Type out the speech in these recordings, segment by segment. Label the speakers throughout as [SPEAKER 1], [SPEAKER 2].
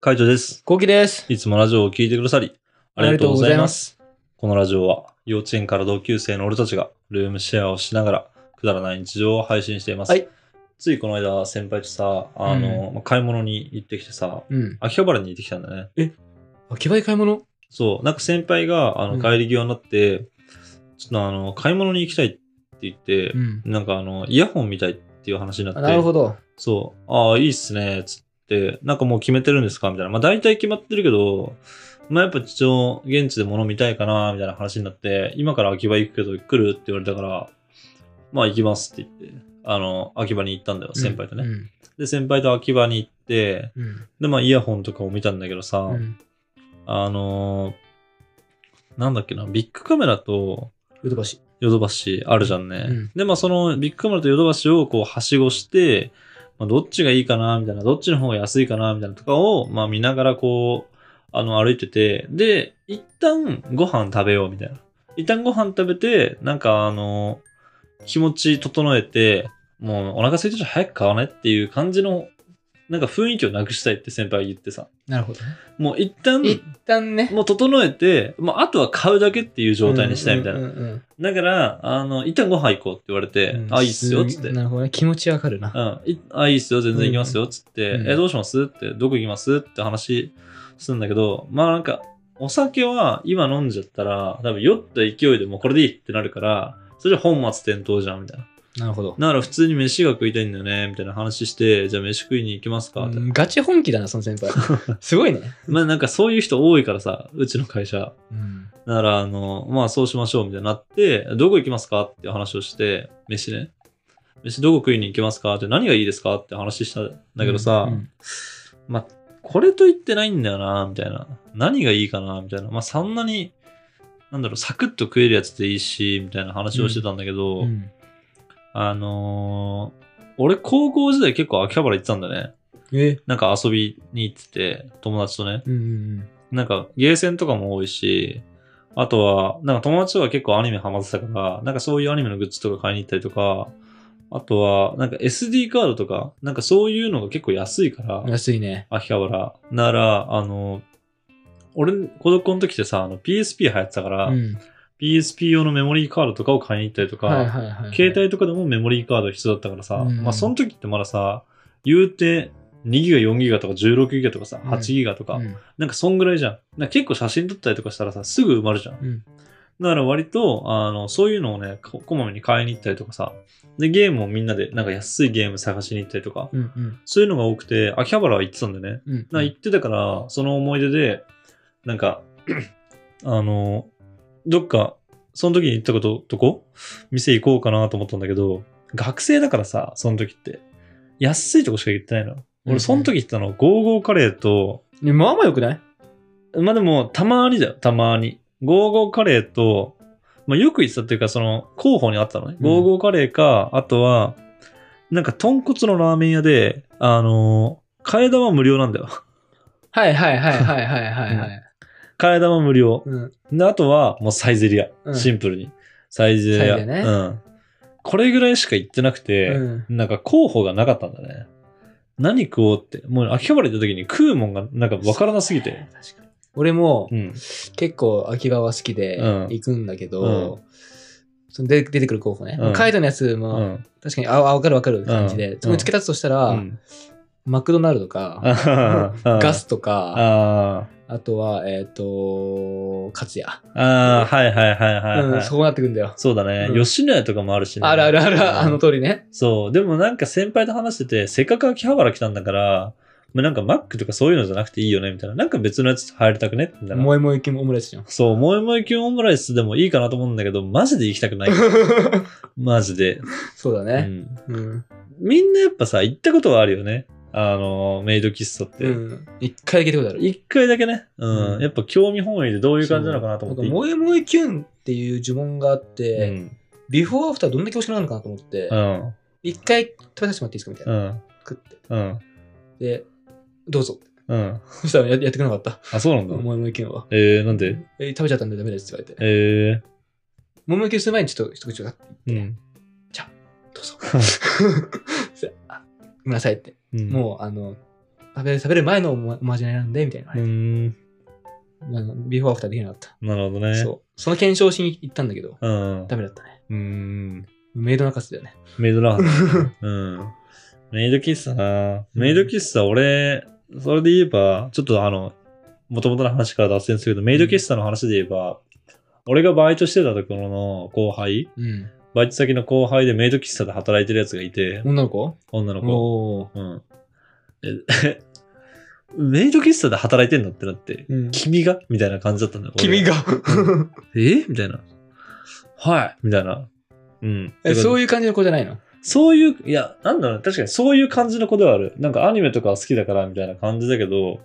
[SPEAKER 1] 会長です。
[SPEAKER 2] コウキです。
[SPEAKER 1] いつもラジオを聞いてくださり、ありがとうございます。このラジオは、幼稚園から同級生の俺たちが、ルームシェアをしながら、くだらない日常を配信しています。
[SPEAKER 2] はい
[SPEAKER 1] ついこの間、先輩とさ、あの、まあ買い物に行ってきてさ、
[SPEAKER 2] うん。
[SPEAKER 1] 秋葉原に行ってきたんだね。
[SPEAKER 2] 秋葉原買い物
[SPEAKER 1] そう、なんか先輩が、あ
[SPEAKER 2] う
[SPEAKER 1] の、
[SPEAKER 2] ん
[SPEAKER 1] 帰り際になって、ちょっとあの、買い物に行きたいって言って、
[SPEAKER 2] ん。
[SPEAKER 1] なんかあの、イヤホンみたいっていう話になって、
[SPEAKER 2] あなるほど。
[SPEAKER 1] そう、ああ、いいっすね、つって、なんかもう決めてるんですかみたいな。まあ大体決まってるけど、まあやっぱ一応現地で物見たいかな、みたいな話になって、今から秋葉行くけど来るって言われたから、まあ行きますって言って、あの、秋葉に行ったんだよ、先輩とね。
[SPEAKER 2] うん。
[SPEAKER 1] で、先輩と秋葉に行って、
[SPEAKER 2] うん。
[SPEAKER 1] で、まあイヤホンとかを見たんだけどさ、
[SPEAKER 2] うん。
[SPEAKER 1] あのーなんだっけな、ビッグカメラと、
[SPEAKER 2] ヨドバシ。
[SPEAKER 1] ヨドバシあるじゃんね。
[SPEAKER 2] うん
[SPEAKER 1] で、まあそのビッグカメラとヨドバシをこうはしごして、まあ、どっちがいいかなみたいな、どっちの方が安いかなみたいなとかを、まあ見ながらこう、あの歩いてて、で、一旦ご飯食べようみたいな。一旦ご飯食べて、なんかあの、気持ち整えて、もうお腹空いてるし早く買わないっていう感じの、なんか雰囲気をなくしたいって先輩が言ってさ。
[SPEAKER 2] なるほどね。
[SPEAKER 1] もう一旦、
[SPEAKER 2] 一旦ね。
[SPEAKER 1] もう整えて、もうあとは買うだけっていう状態にしたいみたいな
[SPEAKER 2] うん。うんうん
[SPEAKER 1] だから、あの、一旦ご飯行こうって言われて、
[SPEAKER 2] うん
[SPEAKER 1] あ、いいっすよ、つって。
[SPEAKER 2] す
[SPEAKER 1] う
[SPEAKER 2] なるほどね。気持ちわかるな。
[SPEAKER 1] ん。いあ、いいっすよ、全然行きますよ、つって。
[SPEAKER 2] うん
[SPEAKER 1] え、どうしますって、どこ行きますって話するんだけど、まあなんか、お酒は今飲んじゃったら、多分酔った勢いでもうこれでいいってなるから、それじゃ本末転倒じゃん、みたいな。
[SPEAKER 2] なるほど。
[SPEAKER 1] だから普通に飯が食いたいんだよね、みたいな話して、じゃあ飯食いに行きますか、って。
[SPEAKER 2] うんガチ本気だな、その先輩。 すごいね。
[SPEAKER 1] まあなんかそういう人多いからさ、うちの会社。
[SPEAKER 2] うん。
[SPEAKER 1] だから、あの、まあそうしましょうみたいになって、どこ行きますかっていう話をして、飯ね。飯どこ食いに行きますかって何がいいですかって話したんだけどさ、
[SPEAKER 2] うん
[SPEAKER 1] まあこれと言ってないんだよな、みたいな。何がいいかな、みたいな。まあそんなに、なんだろう、サクッと食えるやつでいいし、みたいな話をしてたんだけど、
[SPEAKER 2] うん
[SPEAKER 1] あのー俺高校時代結構秋葉原行ってたんだね。
[SPEAKER 2] え
[SPEAKER 1] なんか遊びに行ってて、友達とね。
[SPEAKER 2] うんうん
[SPEAKER 1] なんか、ゲーセンとかも多いし、あとは、なんか友達とか結構アニメハマってたから、なんかそういうアニメのグッズとか買いに行ったりとか、あとは、なんか SD カードとか、なんかそういうのが結構安いから
[SPEAKER 2] うん。、安いね。
[SPEAKER 1] 秋葉原。なら、あの、俺、孤独の時ってさ、あの PSP 流行ってたから、
[SPEAKER 2] うん。
[SPEAKER 1] PSP 用のメモリーカードとかを買いに行ったりとか、
[SPEAKER 2] はいはいはい。
[SPEAKER 1] 携帯とかでもメモリーカード必要だったからさ、
[SPEAKER 2] うん
[SPEAKER 1] まあその時ってまださ、言うて2ギガ、4ギガとか16ギガとかさ、8ギガとか、
[SPEAKER 2] うん。
[SPEAKER 1] なんかそんぐらいじゃん。なんか結構写真撮ったりとかしたらさ、すぐ埋まるじゃん。
[SPEAKER 2] うん
[SPEAKER 1] だから割と、あの、そういうのをね、ここまめに買いに行ったりとかさ、で、ゲームをみんなで、なんか安いゲーム探しに行ったりとか、
[SPEAKER 2] うんうん
[SPEAKER 1] そういうのが多くて、秋葉原は行ってたんだよね。
[SPEAKER 2] うん。
[SPEAKER 1] な行ってたから、その思い出で、なんか、 あの、どっか、その時に行ったこと、とこ店行こうかなと思ったんだけど、学生だからさ、その時って。安いとこしか行ってないの。
[SPEAKER 2] うんう
[SPEAKER 1] 俺、
[SPEAKER 2] ん
[SPEAKER 1] その時行ったの、ゴーゴーカレーと、
[SPEAKER 2] ねまあまあよくない
[SPEAKER 1] まあでも、たまにだよ、たまに。ゴーゴーカレーと、まあよく言ってたっていうか、その、候補にあったのね。
[SPEAKER 2] うん
[SPEAKER 1] ゴーゴーカレーか、あとは、なんか豚骨のラーメン屋で、あのー替え玉無料なんだよ。
[SPEAKER 2] はいはいはいはいはいはいはい。
[SPEAKER 1] 替え玉無料。
[SPEAKER 2] うん。
[SPEAKER 1] で、あとは、もうサイゼリア。
[SPEAKER 2] うん
[SPEAKER 1] シンプルに。サイゼリア。
[SPEAKER 2] サイゼね
[SPEAKER 1] うん。これぐらいしか行ってなくて、
[SPEAKER 2] うん
[SPEAKER 1] なんか候補がなかったんだね。何食おうって。もう秋葉原行った時に食うもんがなんかわからなすぎて。
[SPEAKER 2] 確かに俺も
[SPEAKER 1] う、ん。
[SPEAKER 2] 結構秋葉は好きで
[SPEAKER 1] うん
[SPEAKER 2] 行くんだけ
[SPEAKER 1] う
[SPEAKER 2] ど、その出出てくる候補ね、
[SPEAKER 1] うん
[SPEAKER 2] カイトのやつ
[SPEAKER 1] う
[SPEAKER 2] も、
[SPEAKER 1] ん。
[SPEAKER 2] 確かにああ分かる分かるって感じ
[SPEAKER 1] う
[SPEAKER 2] で、
[SPEAKER 1] ん
[SPEAKER 2] そこに付け足すとしたら、
[SPEAKER 1] うん
[SPEAKER 2] マクドナルドか、ガスとか、
[SPEAKER 1] あ
[SPEAKER 2] あとはえっ、とカツヤ、
[SPEAKER 1] あ。ああ、はいはいはいはい、は
[SPEAKER 2] う
[SPEAKER 1] い
[SPEAKER 2] ん、そうなってくんだよ、
[SPEAKER 1] そうだね、
[SPEAKER 2] うん
[SPEAKER 1] 吉野家とかもあるしね。
[SPEAKER 2] あるあるある、
[SPEAKER 1] うん
[SPEAKER 2] あの通りね
[SPEAKER 1] そう。でもなんか先輩と話してて、せっかく秋葉原来たんだから、もうなんかマックとかそういうのじゃなくていいよね、みたいな。なんか別のやつ入りたくねみたいな。
[SPEAKER 2] 萌え萌えキモオムライスじゃん
[SPEAKER 1] そう、もえもえキュンオムライスでもいいかなと思うんだけど、マジで行きたく ない。マジで。
[SPEAKER 2] そうだ
[SPEAKER 1] う
[SPEAKER 2] ね、
[SPEAKER 1] ん。
[SPEAKER 2] うん
[SPEAKER 1] みんなやっぱさ、行ったことはあるよね。あの、メイド喫茶って。
[SPEAKER 2] うん一回だけ聞いたことある
[SPEAKER 1] 一回だけね、うん。
[SPEAKER 2] うん
[SPEAKER 1] やっぱ興味本位でどういう感じなのかなと
[SPEAKER 2] な
[SPEAKER 1] 思っ
[SPEAKER 2] ん
[SPEAKER 1] て
[SPEAKER 2] か。萌え萌えキュンっていう呪文があって、
[SPEAKER 1] うん。
[SPEAKER 2] ビフォーアフターどんだけ美味しくなるのかなと思って
[SPEAKER 1] うん。
[SPEAKER 2] 一、回食べさせてもらっていいですかみたいな、
[SPEAKER 1] うん。
[SPEAKER 2] 食って
[SPEAKER 1] うん。
[SPEAKER 2] で、どうぞ。
[SPEAKER 1] うん。
[SPEAKER 2] そしたらややってくれなかった。
[SPEAKER 1] あ、そうなんだ。
[SPEAKER 2] 桃井も意見は。
[SPEAKER 1] えー、なんで
[SPEAKER 2] え、食べちゃったんでダメですって言われて。
[SPEAKER 1] え
[SPEAKER 2] 桃井意見する前にちょっと一口をガッ
[SPEAKER 1] ー、うん。
[SPEAKER 2] どうぞ。そしたらあごめんなさいって。
[SPEAKER 1] うん、
[SPEAKER 2] もう、あの、食べ食べる前のおまおまじないなんで、みたいな
[SPEAKER 1] う。ん。
[SPEAKER 2] あのビフォーアフターできなかった。
[SPEAKER 1] なるほどね。
[SPEAKER 2] そう。その検証しに行ったんだけど、
[SPEAKER 1] うん。
[SPEAKER 2] ダメだったね。
[SPEAKER 1] うん。
[SPEAKER 2] メイド泣かせだよね。
[SPEAKER 1] メイドラーメ ンうん。メイド喫茶なメイド喫茶、俺、それで言えば、ちょっとあの、もともとの話から脱線するけど、メイド喫茶の話で言えば、俺がバイトしてたところの後輩、
[SPEAKER 2] うん。
[SPEAKER 1] バイト先の後輩でメイド喫茶で働いてるやつがいて、
[SPEAKER 2] 女の子
[SPEAKER 1] 女の子。
[SPEAKER 2] おー。
[SPEAKER 1] うん。え メイド喫茶で働いてんのってなって、
[SPEAKER 2] うん
[SPEAKER 1] 君がみたいな感じだったんだよ。俺
[SPEAKER 2] 君が
[SPEAKER 1] えみたいな。はい。みたいな。うん。
[SPEAKER 2] えそう
[SPEAKER 1] いう、
[SPEAKER 2] いう感じの子じゃないの
[SPEAKER 1] そういう、いや、なんだろうね。確かにそういう感じの子ではある。なんかアニメとかは好きだからみたいな感じだけど、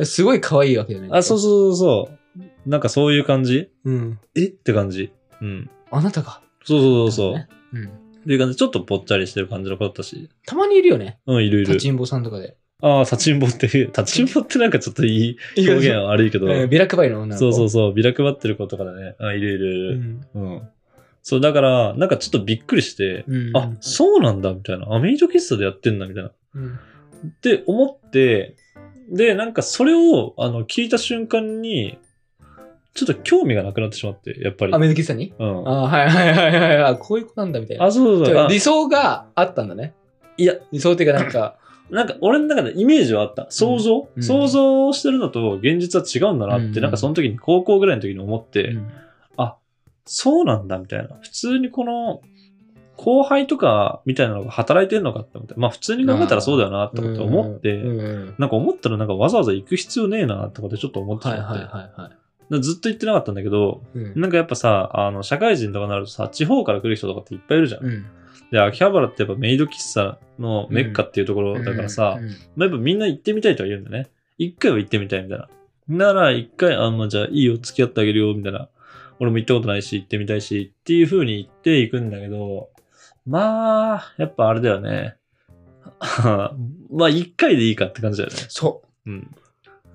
[SPEAKER 2] えすごい可愛いわけじゃない
[SPEAKER 1] あ、そうそうそうそう。なんかそういう感じ
[SPEAKER 2] う。うん。
[SPEAKER 1] えって感じ。うん。
[SPEAKER 2] あなたが。
[SPEAKER 1] そうそうそうそう。
[SPEAKER 2] ねうん。
[SPEAKER 1] っていう感じで、ちょっとぽっちゃりしてる感じの子だったし。
[SPEAKER 2] たまにいるよね。
[SPEAKER 1] うん、いるいる
[SPEAKER 2] 立。ちんぼさんとかで。
[SPEAKER 1] ああ、立ちんぼっていう、立ちんぼってなんかちょっといい表現は悪いけど、
[SPEAKER 2] えービラ配りの女の子。
[SPEAKER 1] そうそうそう、ビラ配ってる子とかだね。あいるいるいる。
[SPEAKER 2] ん。
[SPEAKER 1] うん。そう、だから、なんかちょっとびっくりして、
[SPEAKER 2] うん。
[SPEAKER 1] あ、そうなんだ、みたいな。あ、メイド喫茶でやってんだ、みたいな。っ
[SPEAKER 2] うん。
[SPEAKER 1] て思って、で、なんかそれを、あの、聞いた瞬間に、ちょっと興味がなくなってしまって、やっぱり。
[SPEAKER 2] あ、メイド喫茶に
[SPEAKER 1] うん。あ、
[SPEAKER 2] あはいはいはいはいはい。あこういう子なんだみたいな。
[SPEAKER 1] そうそう
[SPEAKER 2] じ
[SPEAKER 1] そう
[SPEAKER 2] ゃあ
[SPEAKER 1] あ
[SPEAKER 2] 理想があったんだね。
[SPEAKER 1] いや、
[SPEAKER 2] 理想っていうかなんか、
[SPEAKER 1] なんか俺の中でイメージはあった。想像、
[SPEAKER 2] うん
[SPEAKER 1] 想像してるのと現実は違うんだなって、
[SPEAKER 2] うん
[SPEAKER 1] なんかその時に、高校ぐらいの時に思って、
[SPEAKER 2] うん
[SPEAKER 1] そうなんだ、みたいな。普通にこの、後輩とかみたいなのが働いてんのかって思って、まあ普通に考えたらそうだよな、とかって思って、
[SPEAKER 2] うんうん
[SPEAKER 1] なんか思ったらなんかわざわざ行く必要ねえなとかってちょっと思ってし
[SPEAKER 2] は
[SPEAKER 1] まっ
[SPEAKER 2] い
[SPEAKER 1] て、
[SPEAKER 2] はいはいは
[SPEAKER 1] でずっと行ってなかったんだけど、
[SPEAKER 2] い。うん
[SPEAKER 1] なんかやっぱさ、あの、社会人とかになるとさ、地方から来る人とかっていっぱいいるじゃん。
[SPEAKER 2] うん。
[SPEAKER 1] で、秋葉原ってやっぱメイド喫茶のメッカっていうところだからさ、
[SPEAKER 2] うんうん
[SPEAKER 1] まあやっぱみんな行ってみたいとは言うんだよね。一回は行ってみたいみたいな。なら一回、あ、まあ、じゃあいいよ、付き合ってあげるよ、みたいな。俺も行ったことないし、行ってみたいし、っていう風に行って行くんだけど、まあ、やっぱあれだよね。 まあ、一回でいいかって感じだよね。
[SPEAKER 2] そ
[SPEAKER 1] うん。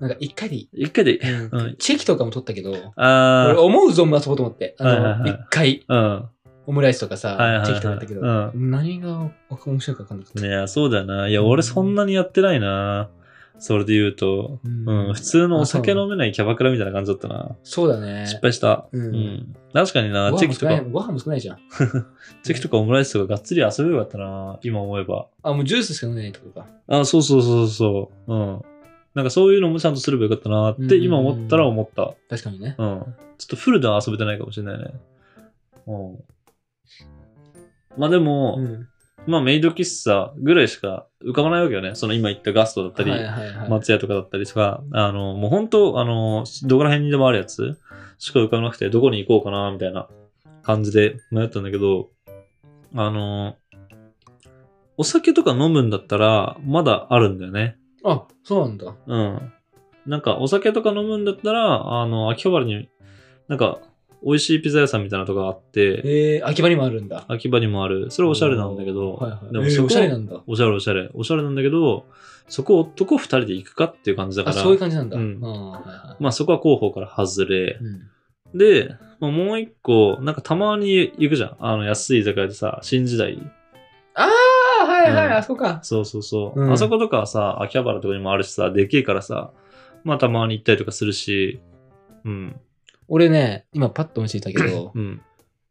[SPEAKER 2] う。なんか一回でいい。
[SPEAKER 1] 一回でいい。
[SPEAKER 2] うんチェキとかも取ったけど、俺
[SPEAKER 1] あ
[SPEAKER 2] 思う存分遊ぼうと思って。
[SPEAKER 1] はいはい
[SPEAKER 2] あ
[SPEAKER 1] は
[SPEAKER 2] の、
[SPEAKER 1] い
[SPEAKER 2] 一回
[SPEAKER 1] あ、うん。
[SPEAKER 2] オムライスとか
[SPEAKER 1] は
[SPEAKER 2] さ
[SPEAKER 1] いはい、はい
[SPEAKER 2] チェキ食べたけど、
[SPEAKER 1] う
[SPEAKER 2] 何が面白いか分かんなかった。
[SPEAKER 1] いや、そうだよな。いや、俺そんなにやってないな。それで言うと。うん、普通のお酒飲めないキャバクラみたいな感じだったな。
[SPEAKER 2] そうだね。
[SPEAKER 1] 失敗した。
[SPEAKER 2] う
[SPEAKER 1] うんん。確かにな、
[SPEAKER 2] ご
[SPEAKER 1] チェ
[SPEAKER 2] 飯も
[SPEAKER 1] キと
[SPEAKER 2] 少ない
[SPEAKER 1] か、
[SPEAKER 2] ご飯も少ないじゃん。
[SPEAKER 1] チェキとかオムライスとかがっつり遊べばよかったな。今思えば。
[SPEAKER 2] あ、もうジュースしか飲んでないってことか。
[SPEAKER 1] あ、そうそうそうそう。うん。なんかそういうのもちゃんとすればよかったなって今思ったら思った。
[SPEAKER 2] 確かにね。
[SPEAKER 1] うん。ちょっとフルでは遊べてないかもしれないね。うん。まあでも、
[SPEAKER 2] うん
[SPEAKER 1] まあメイド喫茶ぐらいしか浮かばないわけよね。その今言ったガストだったり、
[SPEAKER 2] はいはいはい
[SPEAKER 1] 松屋とかだったりとか、あの、もう本当あの、どこら辺にでもあるやつしか浮かばなくて、どこに行こうかな、みたいな感じで迷ったんだけど、あの、お酒とか飲むんだったら、まだあるんだよね。
[SPEAKER 2] あ、そうなんだ。
[SPEAKER 1] うん。なんか、お酒とか飲むんだったら、あの、秋葉原に、なんか、美味しいピザ屋さんみたいなとこがあって、
[SPEAKER 2] えー、秋葉にもあるんだ。
[SPEAKER 1] 秋葉にもある。それおしゃれなんだけど、
[SPEAKER 2] はいはい
[SPEAKER 1] でも
[SPEAKER 2] えー
[SPEAKER 1] そこ
[SPEAKER 2] おしゃれなんだ。
[SPEAKER 1] おしゃれおしゃれ。おしゃれなんだけど、そこを男二人で行くかっていう感じだか
[SPEAKER 2] あ、
[SPEAKER 1] ら、
[SPEAKER 2] そういう感じなんだ。
[SPEAKER 1] うん
[SPEAKER 2] あーはいは
[SPEAKER 1] まあそこは候補から外れ
[SPEAKER 2] い。うん
[SPEAKER 1] で、まあ、もう一個、なんかたまに行くじゃん。あの安い居酒屋でさ、新時代。
[SPEAKER 2] あー、はいはい、
[SPEAKER 1] うん
[SPEAKER 2] あそこか。
[SPEAKER 1] そうそうそう。
[SPEAKER 2] うん
[SPEAKER 1] あそことかはさ、秋葉原とかにもあるしさ、でけえからさ、まあたまに行ったりとかするし、うん、
[SPEAKER 2] 俺ね、今パッと思いついたけど、
[SPEAKER 1] うん、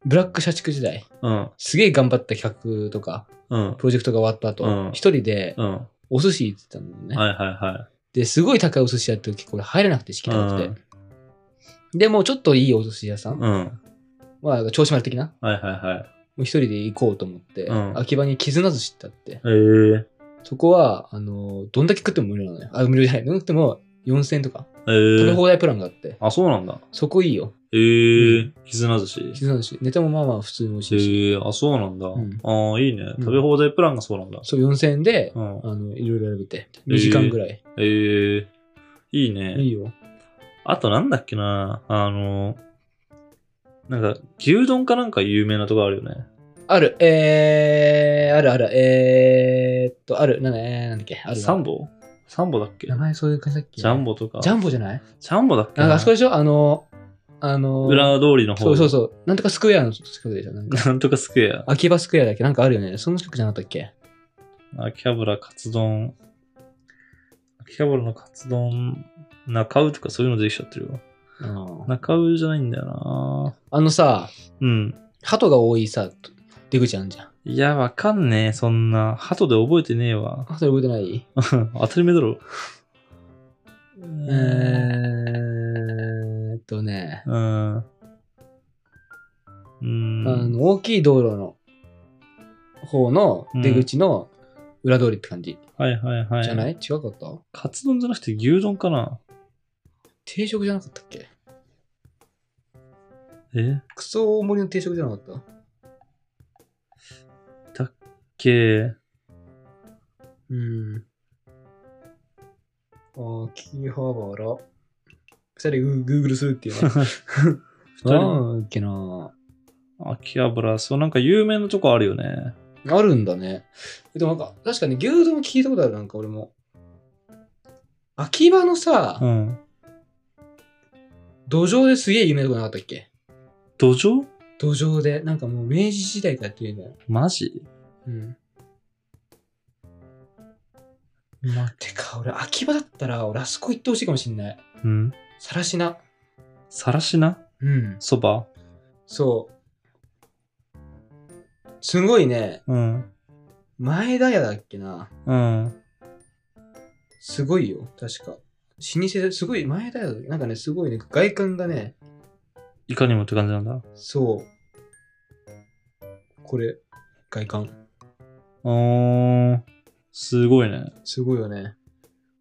[SPEAKER 2] ブラック社畜時代、
[SPEAKER 1] うん、
[SPEAKER 2] すげえ頑張った企画とか、
[SPEAKER 1] うん、
[SPEAKER 2] プロジェクトが終わった
[SPEAKER 1] うん
[SPEAKER 2] 後、一、人で
[SPEAKER 1] うん。は
[SPEAKER 2] お寿司行ってたんだよ
[SPEAKER 1] い
[SPEAKER 2] ね。
[SPEAKER 1] はいは
[SPEAKER 2] で、すごい高いお寿司屋って結構俺入れなくて、敷き高くて。でもうちょっといいお寿司屋さ
[SPEAKER 1] い。
[SPEAKER 2] ん、
[SPEAKER 1] うん、
[SPEAKER 2] まあ、調子丸的な、
[SPEAKER 1] はいはいはい。
[SPEAKER 2] もう一人で行こうと思って、
[SPEAKER 1] うん
[SPEAKER 2] 秋葉に絆寿司ってあって、
[SPEAKER 1] えー、
[SPEAKER 2] そこは、あの、どんだけ食っても無料なのよ。あ、無料じゃない。どんだけ食っても4000円とか、
[SPEAKER 1] え
[SPEAKER 2] 食べ
[SPEAKER 1] ー。
[SPEAKER 2] 放題プランがあって、
[SPEAKER 1] あ、そうなんだ。
[SPEAKER 2] そこいいよ。
[SPEAKER 1] えー、絆寿司。
[SPEAKER 2] 絆寿司。ネタもまあまあ普通に美味
[SPEAKER 1] え
[SPEAKER 2] しいし。
[SPEAKER 1] ー、あ、そうなんだ。
[SPEAKER 2] ん
[SPEAKER 1] ああ、いいね。
[SPEAKER 2] うん
[SPEAKER 1] 食べ放題プランがそうなんだ。
[SPEAKER 2] そう、4000円で、
[SPEAKER 1] うん。
[SPEAKER 2] あの、いろいろ選べて、2時間ぐらい。
[SPEAKER 1] えー、いいね。
[SPEAKER 2] いいよ。
[SPEAKER 1] あとなんだっけなあの、なんか、牛丼かなんか有名なとこあるよね。
[SPEAKER 2] ある、えー、あるある、えーっと、ある、なんだ、えー、なんだっけ、あるな。
[SPEAKER 1] サンボサンボだっけ
[SPEAKER 2] 名前そういう感じだっけ
[SPEAKER 1] ジャンボとか。
[SPEAKER 2] ジャンボじゃない
[SPEAKER 1] ジャンボだっけ
[SPEAKER 2] なんかあそこでしょあの、あの、
[SPEAKER 1] 裏通りの方。
[SPEAKER 2] そうそうそう。なんとかスクエアの近くでしょなんか、
[SPEAKER 1] なんとかスクエア。
[SPEAKER 2] 秋葉スクエアだっけなんかあるよね。その近くじゃなかったっけ
[SPEAKER 1] 秋葉原カツ丼。秋葉原のカツ丼、中うとかそういうの出てきちゃってるわ。
[SPEAKER 2] うん
[SPEAKER 1] 中うじゃないんだよな
[SPEAKER 2] あのさ、
[SPEAKER 1] うん。
[SPEAKER 2] 鳩が多いさ、出口あんじゃん。
[SPEAKER 1] いや、わかんねえ、そんな。鳩で覚えてねえわ。
[SPEAKER 2] 鳩覚えてない
[SPEAKER 1] 当たり前だろ。
[SPEAKER 2] えーっとね、
[SPEAKER 1] うん。うん。
[SPEAKER 2] あの、大きい道路の方の出口の裏通りって感じ。
[SPEAKER 1] はいはいはい。
[SPEAKER 2] じゃない違うかった
[SPEAKER 1] カツ丼じゃなくて牛丼かな
[SPEAKER 2] 定食じゃなかったっけ
[SPEAKER 1] え
[SPEAKER 2] クソ大盛りの定食じゃなかった
[SPEAKER 1] け
[SPEAKER 2] うん。秋葉原。二人グーグルするって いうね。
[SPEAKER 1] 人
[SPEAKER 2] なんだっけな
[SPEAKER 1] 秋葉原、そうなんか有名なとこあるよね。
[SPEAKER 2] あるんだね。でもなんか、確かに牛丼聞いたことある、なんか俺も。秋葉のさ、
[SPEAKER 1] うん。
[SPEAKER 2] 土壌ですげえ有名なとこなかったっけ
[SPEAKER 1] 土壌
[SPEAKER 2] 土壌で、なんかもう明治時代からやってるんだよ。
[SPEAKER 1] マジ
[SPEAKER 2] うん。まあ、てか、俺、秋葉だったら、俺、あそこ行ってほしいかもしんない。
[SPEAKER 1] うん。
[SPEAKER 2] さらしな。
[SPEAKER 1] さらしな
[SPEAKER 2] うん。
[SPEAKER 1] そば
[SPEAKER 2] そう。すごいね、
[SPEAKER 1] うん。
[SPEAKER 2] 前田屋だっけな。
[SPEAKER 1] うん。
[SPEAKER 2] すごいよ、確か。老舗ですごい、前田屋だっけなんかね、すごいね、外観がね、
[SPEAKER 1] いかにもって感じなんだ。
[SPEAKER 2] そう。これ、外観。
[SPEAKER 1] うーん。すごいね。
[SPEAKER 2] すごいよね。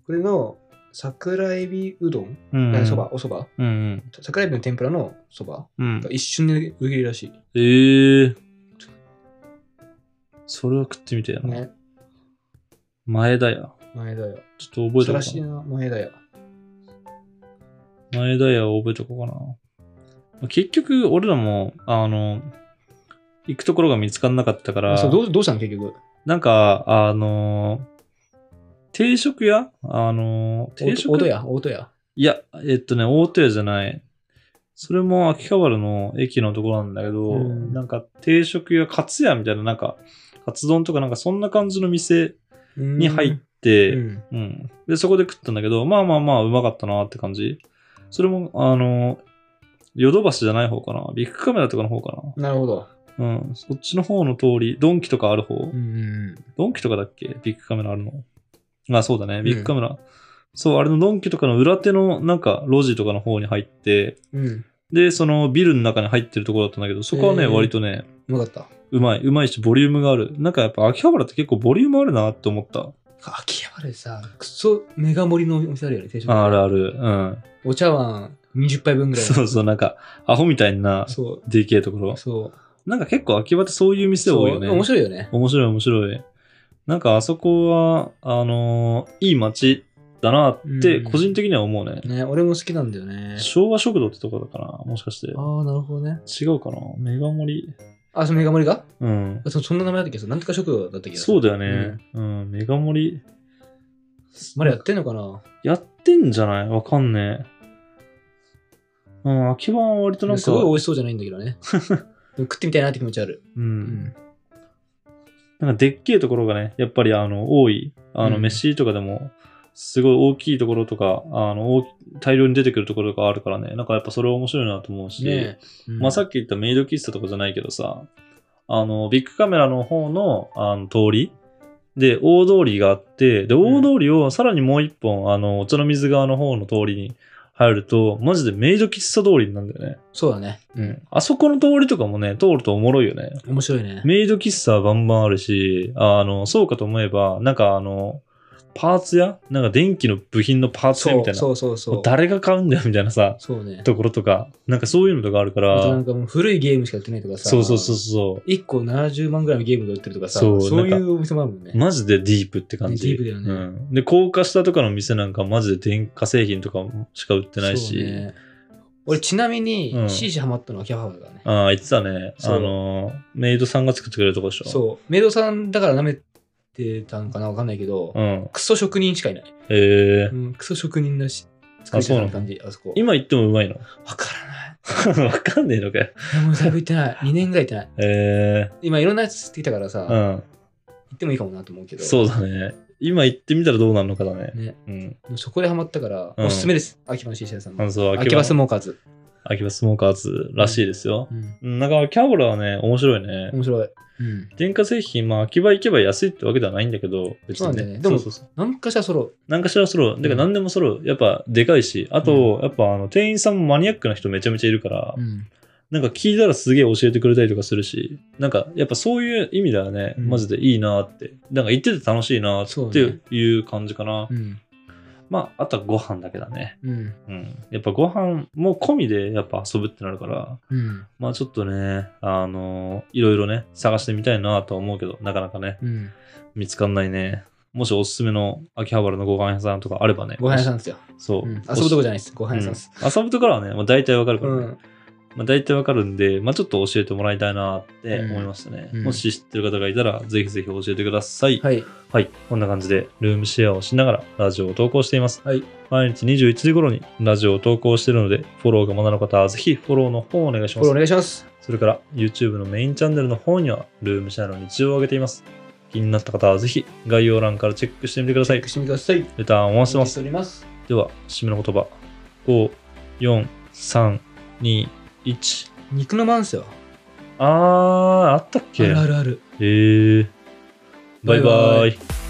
[SPEAKER 2] これの、桜エビうどん
[SPEAKER 1] うん、
[SPEAKER 2] なんかそば、おそば
[SPEAKER 1] うんうん。
[SPEAKER 2] 桜エビの天ぷらのそば
[SPEAKER 1] うん
[SPEAKER 2] が。一瞬で売り切れるらし
[SPEAKER 1] えー。それは食ってみてえ
[SPEAKER 2] い。
[SPEAKER 1] な。
[SPEAKER 2] ね。
[SPEAKER 1] 前田屋。
[SPEAKER 2] 前田屋。
[SPEAKER 1] ちょっと覚えて
[SPEAKER 2] さ
[SPEAKER 1] お
[SPEAKER 2] ら
[SPEAKER 1] こう
[SPEAKER 2] し
[SPEAKER 1] か
[SPEAKER 2] な前田屋。
[SPEAKER 1] な。前田屋を覚えておこうかなまあ。結局、俺らも、あの、行くところが見つからなかったから、
[SPEAKER 2] あそうどうどうしたの結局。
[SPEAKER 1] なんか、あの定食屋あの定食
[SPEAKER 2] おとや、おとや。
[SPEAKER 1] いや、えっとね、大手屋じゃない。それも秋葉原の駅のところなんだけど、
[SPEAKER 2] うん
[SPEAKER 1] なんか定食屋、カツ屋みたいな、なんか、カツ丼とかなんかそんな感じの店に
[SPEAKER 2] に
[SPEAKER 1] 入っ
[SPEAKER 2] う
[SPEAKER 1] て、
[SPEAKER 2] ん。
[SPEAKER 1] うん、で、そこで食ったんだけど、まあまあまあ、うまかったなって感じ。それも、あのヨドバシじゃない方かな。ビッグカメラとかの方か
[SPEAKER 2] なるほど。
[SPEAKER 1] な。うん。そっちの方の通り、ドンキとかある方。
[SPEAKER 2] うん。
[SPEAKER 1] ドンキとかだっけビッグカメラあるの。あ、そうだね。ビッグカメラ。そう、あれのドンキとかの裏手のなんか路地とかの方に入って、
[SPEAKER 2] うん。
[SPEAKER 1] で、そのビルの中に入ってるところだったんだけど、そこはね、
[SPEAKER 2] へー
[SPEAKER 1] 割とね、
[SPEAKER 2] うまかった。
[SPEAKER 1] うまい。うまいし、ボリュームがある。なんかやっぱ秋葉原って結構ボリュームあるなって思った。
[SPEAKER 2] 秋葉原でさ、くそメガ盛りのお店あるよね、定食。
[SPEAKER 1] あるある。うん。
[SPEAKER 2] お茶碗20杯分ぐらい。
[SPEAKER 1] そうそう、なんか、アホみたいな、
[SPEAKER 2] そう。
[SPEAKER 1] でけえところ。
[SPEAKER 2] そう。
[SPEAKER 1] なんか結構秋葉ってそういう店多いよね。
[SPEAKER 2] そう面白いよね。
[SPEAKER 1] 面白い面白い。なんかあそこは、あのーいい街だなって、個人的には思うね。
[SPEAKER 2] ね、俺も好きなんだよね。
[SPEAKER 1] 昭和食堂ってとこだかなもしかして。
[SPEAKER 2] ああ、なるほどね。
[SPEAKER 1] 違うかなメガ盛り。
[SPEAKER 2] あ、そのメガ盛りが
[SPEAKER 1] うん。
[SPEAKER 2] あそそんな名前だったっけなんとか食堂だったっけ
[SPEAKER 1] そう
[SPEAKER 2] だ。
[SPEAKER 1] だよね。うん、メガ盛り。
[SPEAKER 2] まだやってんのかな
[SPEAKER 1] やってんじゃないわかんねえ。うん、秋葉は割となんか、
[SPEAKER 2] すごい美味しそうじゃないんだけどね。でも食ってみたいなって気持ちある。
[SPEAKER 1] う。
[SPEAKER 2] うんん。
[SPEAKER 1] なんかでっけえところがね、やっぱりあの、多い。あの、
[SPEAKER 2] うん
[SPEAKER 1] 飯とかでも、すごい大きいところとか、あの、大き大量に出てくるところとかあるからね、なんかやっぱそれは面白いなと思うし、
[SPEAKER 2] ねえ。
[SPEAKER 1] まあ、さ
[SPEAKER 2] か
[SPEAKER 1] っき言ったメイド喫茶とかじゃないけどさ、あの、ビッグカメラの方のあの通りで、大通りがあって、で、
[SPEAKER 2] ん
[SPEAKER 1] 大通りをさらにもう一本、あの、お茶の水側の方の通りに入ると、マジでメイド喫茶通りになるんだよね。
[SPEAKER 2] そうだね。
[SPEAKER 1] うん。あそこの通りとかもね、通るとおもろいよね。
[SPEAKER 2] 面白いね。
[SPEAKER 1] メイド喫茶はバンバンあるし、あの、そうかと思えば、なんかあの、パーツ屋なんか電気の部品のパーツ屋
[SPEAKER 2] そ
[SPEAKER 1] みたいうな。
[SPEAKER 2] そうそうそ
[SPEAKER 1] も
[SPEAKER 2] う
[SPEAKER 1] う。誰が買うんだよみたいなさ、
[SPEAKER 2] そうね。
[SPEAKER 1] ところとか、なんかそういうのとかあるから。
[SPEAKER 2] あとなんかもう古いゲームしかやってないとかさ。
[SPEAKER 1] そうそうそうそ
[SPEAKER 2] 1個70万ぐらいのゲームが売ってるとかさ、
[SPEAKER 1] そ
[SPEAKER 2] そううい
[SPEAKER 1] なん
[SPEAKER 2] うお店もあるもん
[SPEAKER 1] う。
[SPEAKER 2] ね。
[SPEAKER 1] マジでディープって感じ。
[SPEAKER 2] ねディープだよね
[SPEAKER 1] うん。で、高架下とかの店なんかマジで電化製品とかしか売ってないし。
[SPEAKER 2] そうね俺ちなみに
[SPEAKER 1] うん
[SPEAKER 2] C ハマったのは秋葉原だね。
[SPEAKER 1] ああ、言ってたね。あ
[SPEAKER 2] そう
[SPEAKER 1] の、メイドさんが作ってくれるとこでしょ。
[SPEAKER 2] そう。メイドさんだから舐めてたんかなわかんないけど、
[SPEAKER 1] うん。
[SPEAKER 2] クソ職人しかいない。
[SPEAKER 1] ええ
[SPEAKER 2] うん、クソ職人だし、作り手さんって感じ、あそこ。
[SPEAKER 1] 今行ってもうまいの
[SPEAKER 2] わからない
[SPEAKER 1] わかんねえのかよ。
[SPEAKER 2] いや。もうだいぶ行っ てない。2年ぐらい行ってない。
[SPEAKER 1] ええ
[SPEAKER 2] 今いろんなやつ作ってきたからさ、
[SPEAKER 1] うん。
[SPEAKER 2] 行ってもいいかもなと思うけど。
[SPEAKER 1] そうだね。今行ってみたらどうなるのかだね。
[SPEAKER 2] ね。
[SPEAKER 1] うん。
[SPEAKER 2] でもそこでハマったから、
[SPEAKER 1] うん
[SPEAKER 2] おすすめです。秋葉のシーシャさんの。
[SPEAKER 1] 感想は
[SPEAKER 2] 秋葉スモーカーズ。
[SPEAKER 1] 秋葉スモーカーズらしいですよ。
[SPEAKER 2] うん。
[SPEAKER 1] うん、なんか、キャオラはね、面白いね。
[SPEAKER 2] 面白い。うん。
[SPEAKER 1] 電化製品、まあ、秋葉行けば安いってわけではないんだけど、別
[SPEAKER 2] そうな
[SPEAKER 1] に
[SPEAKER 2] ん
[SPEAKER 1] ね。
[SPEAKER 2] だよねでも
[SPEAKER 1] そうそうそう。
[SPEAKER 2] なんかしらそろう。
[SPEAKER 1] なんかしら揃う。だから何でも揃う。やっぱ、でかいし。あと、やっぱ、あの、店員さんもマニアックな人めちゃめちゃいるから、
[SPEAKER 2] うん。
[SPEAKER 1] なんか聞いたらすげえ教えてくれたりとかするし、なんか、やっぱそういう意味ではね、
[SPEAKER 2] うん
[SPEAKER 1] マジでいいなって。なんか行ってて楽しいな
[SPEAKER 2] そう
[SPEAKER 1] って
[SPEAKER 2] ね
[SPEAKER 1] いう感じかな。
[SPEAKER 2] うん。
[SPEAKER 1] まあ、あとはご飯だけだね。
[SPEAKER 2] うん。
[SPEAKER 1] うん。やっぱご飯も込みでやっぱ遊ぶってなるから、
[SPEAKER 2] うん。
[SPEAKER 1] まあちょっとね、あのいろいろね、探してみたいなとは思うけど、なかなかね、
[SPEAKER 2] うん。
[SPEAKER 1] 見つかんないね。もしおすすめの秋葉原のご飯屋さんとかあればね。
[SPEAKER 2] ご飯屋さんですよ。
[SPEAKER 1] そう。
[SPEAKER 2] うん。遊ぶとこじゃないです。ご
[SPEAKER 1] うん
[SPEAKER 2] 飯屋さんです。
[SPEAKER 1] 遊ぶところはね、まあ、大体わかるからね。
[SPEAKER 2] うん。
[SPEAKER 1] まあ、大体わかるんで、まあ、ちょっと教えてもらいたいなって思いましたね。
[SPEAKER 2] うんうん
[SPEAKER 1] もし知ってる方がいたら、ぜひぜひ教えてください。はい、
[SPEAKER 2] はい。
[SPEAKER 1] こんな感じで、ルームシェアをしながらラジオを投稿しています。
[SPEAKER 2] はい
[SPEAKER 1] 毎日21時頃にラジオを投稿しているので、フォローがまだの方は、ぜひフォローの方をお願いし
[SPEAKER 2] フ
[SPEAKER 1] ま
[SPEAKER 2] ォロー
[SPEAKER 1] す。
[SPEAKER 2] お願いします。
[SPEAKER 1] それから、YouTube のメインチャンネルの方には、ルームシェアの日常を上げています。気になった方は、ぜひ概要欄からチェックしてみてくださ
[SPEAKER 2] チェ
[SPEAKER 1] い
[SPEAKER 2] ック。してみてください。
[SPEAKER 1] レターンお待ちして
[SPEAKER 2] お
[SPEAKER 1] ま
[SPEAKER 2] 待
[SPEAKER 1] す
[SPEAKER 2] ち。しております。
[SPEAKER 1] では、締めの言葉。5、4、3、2、1。
[SPEAKER 2] 肉のマンスよ。
[SPEAKER 1] あー、あったっけ
[SPEAKER 2] あるあるある。
[SPEAKER 1] えー。バイバ
[SPEAKER 2] バイバ
[SPEAKER 1] イ
[SPEAKER 2] イ。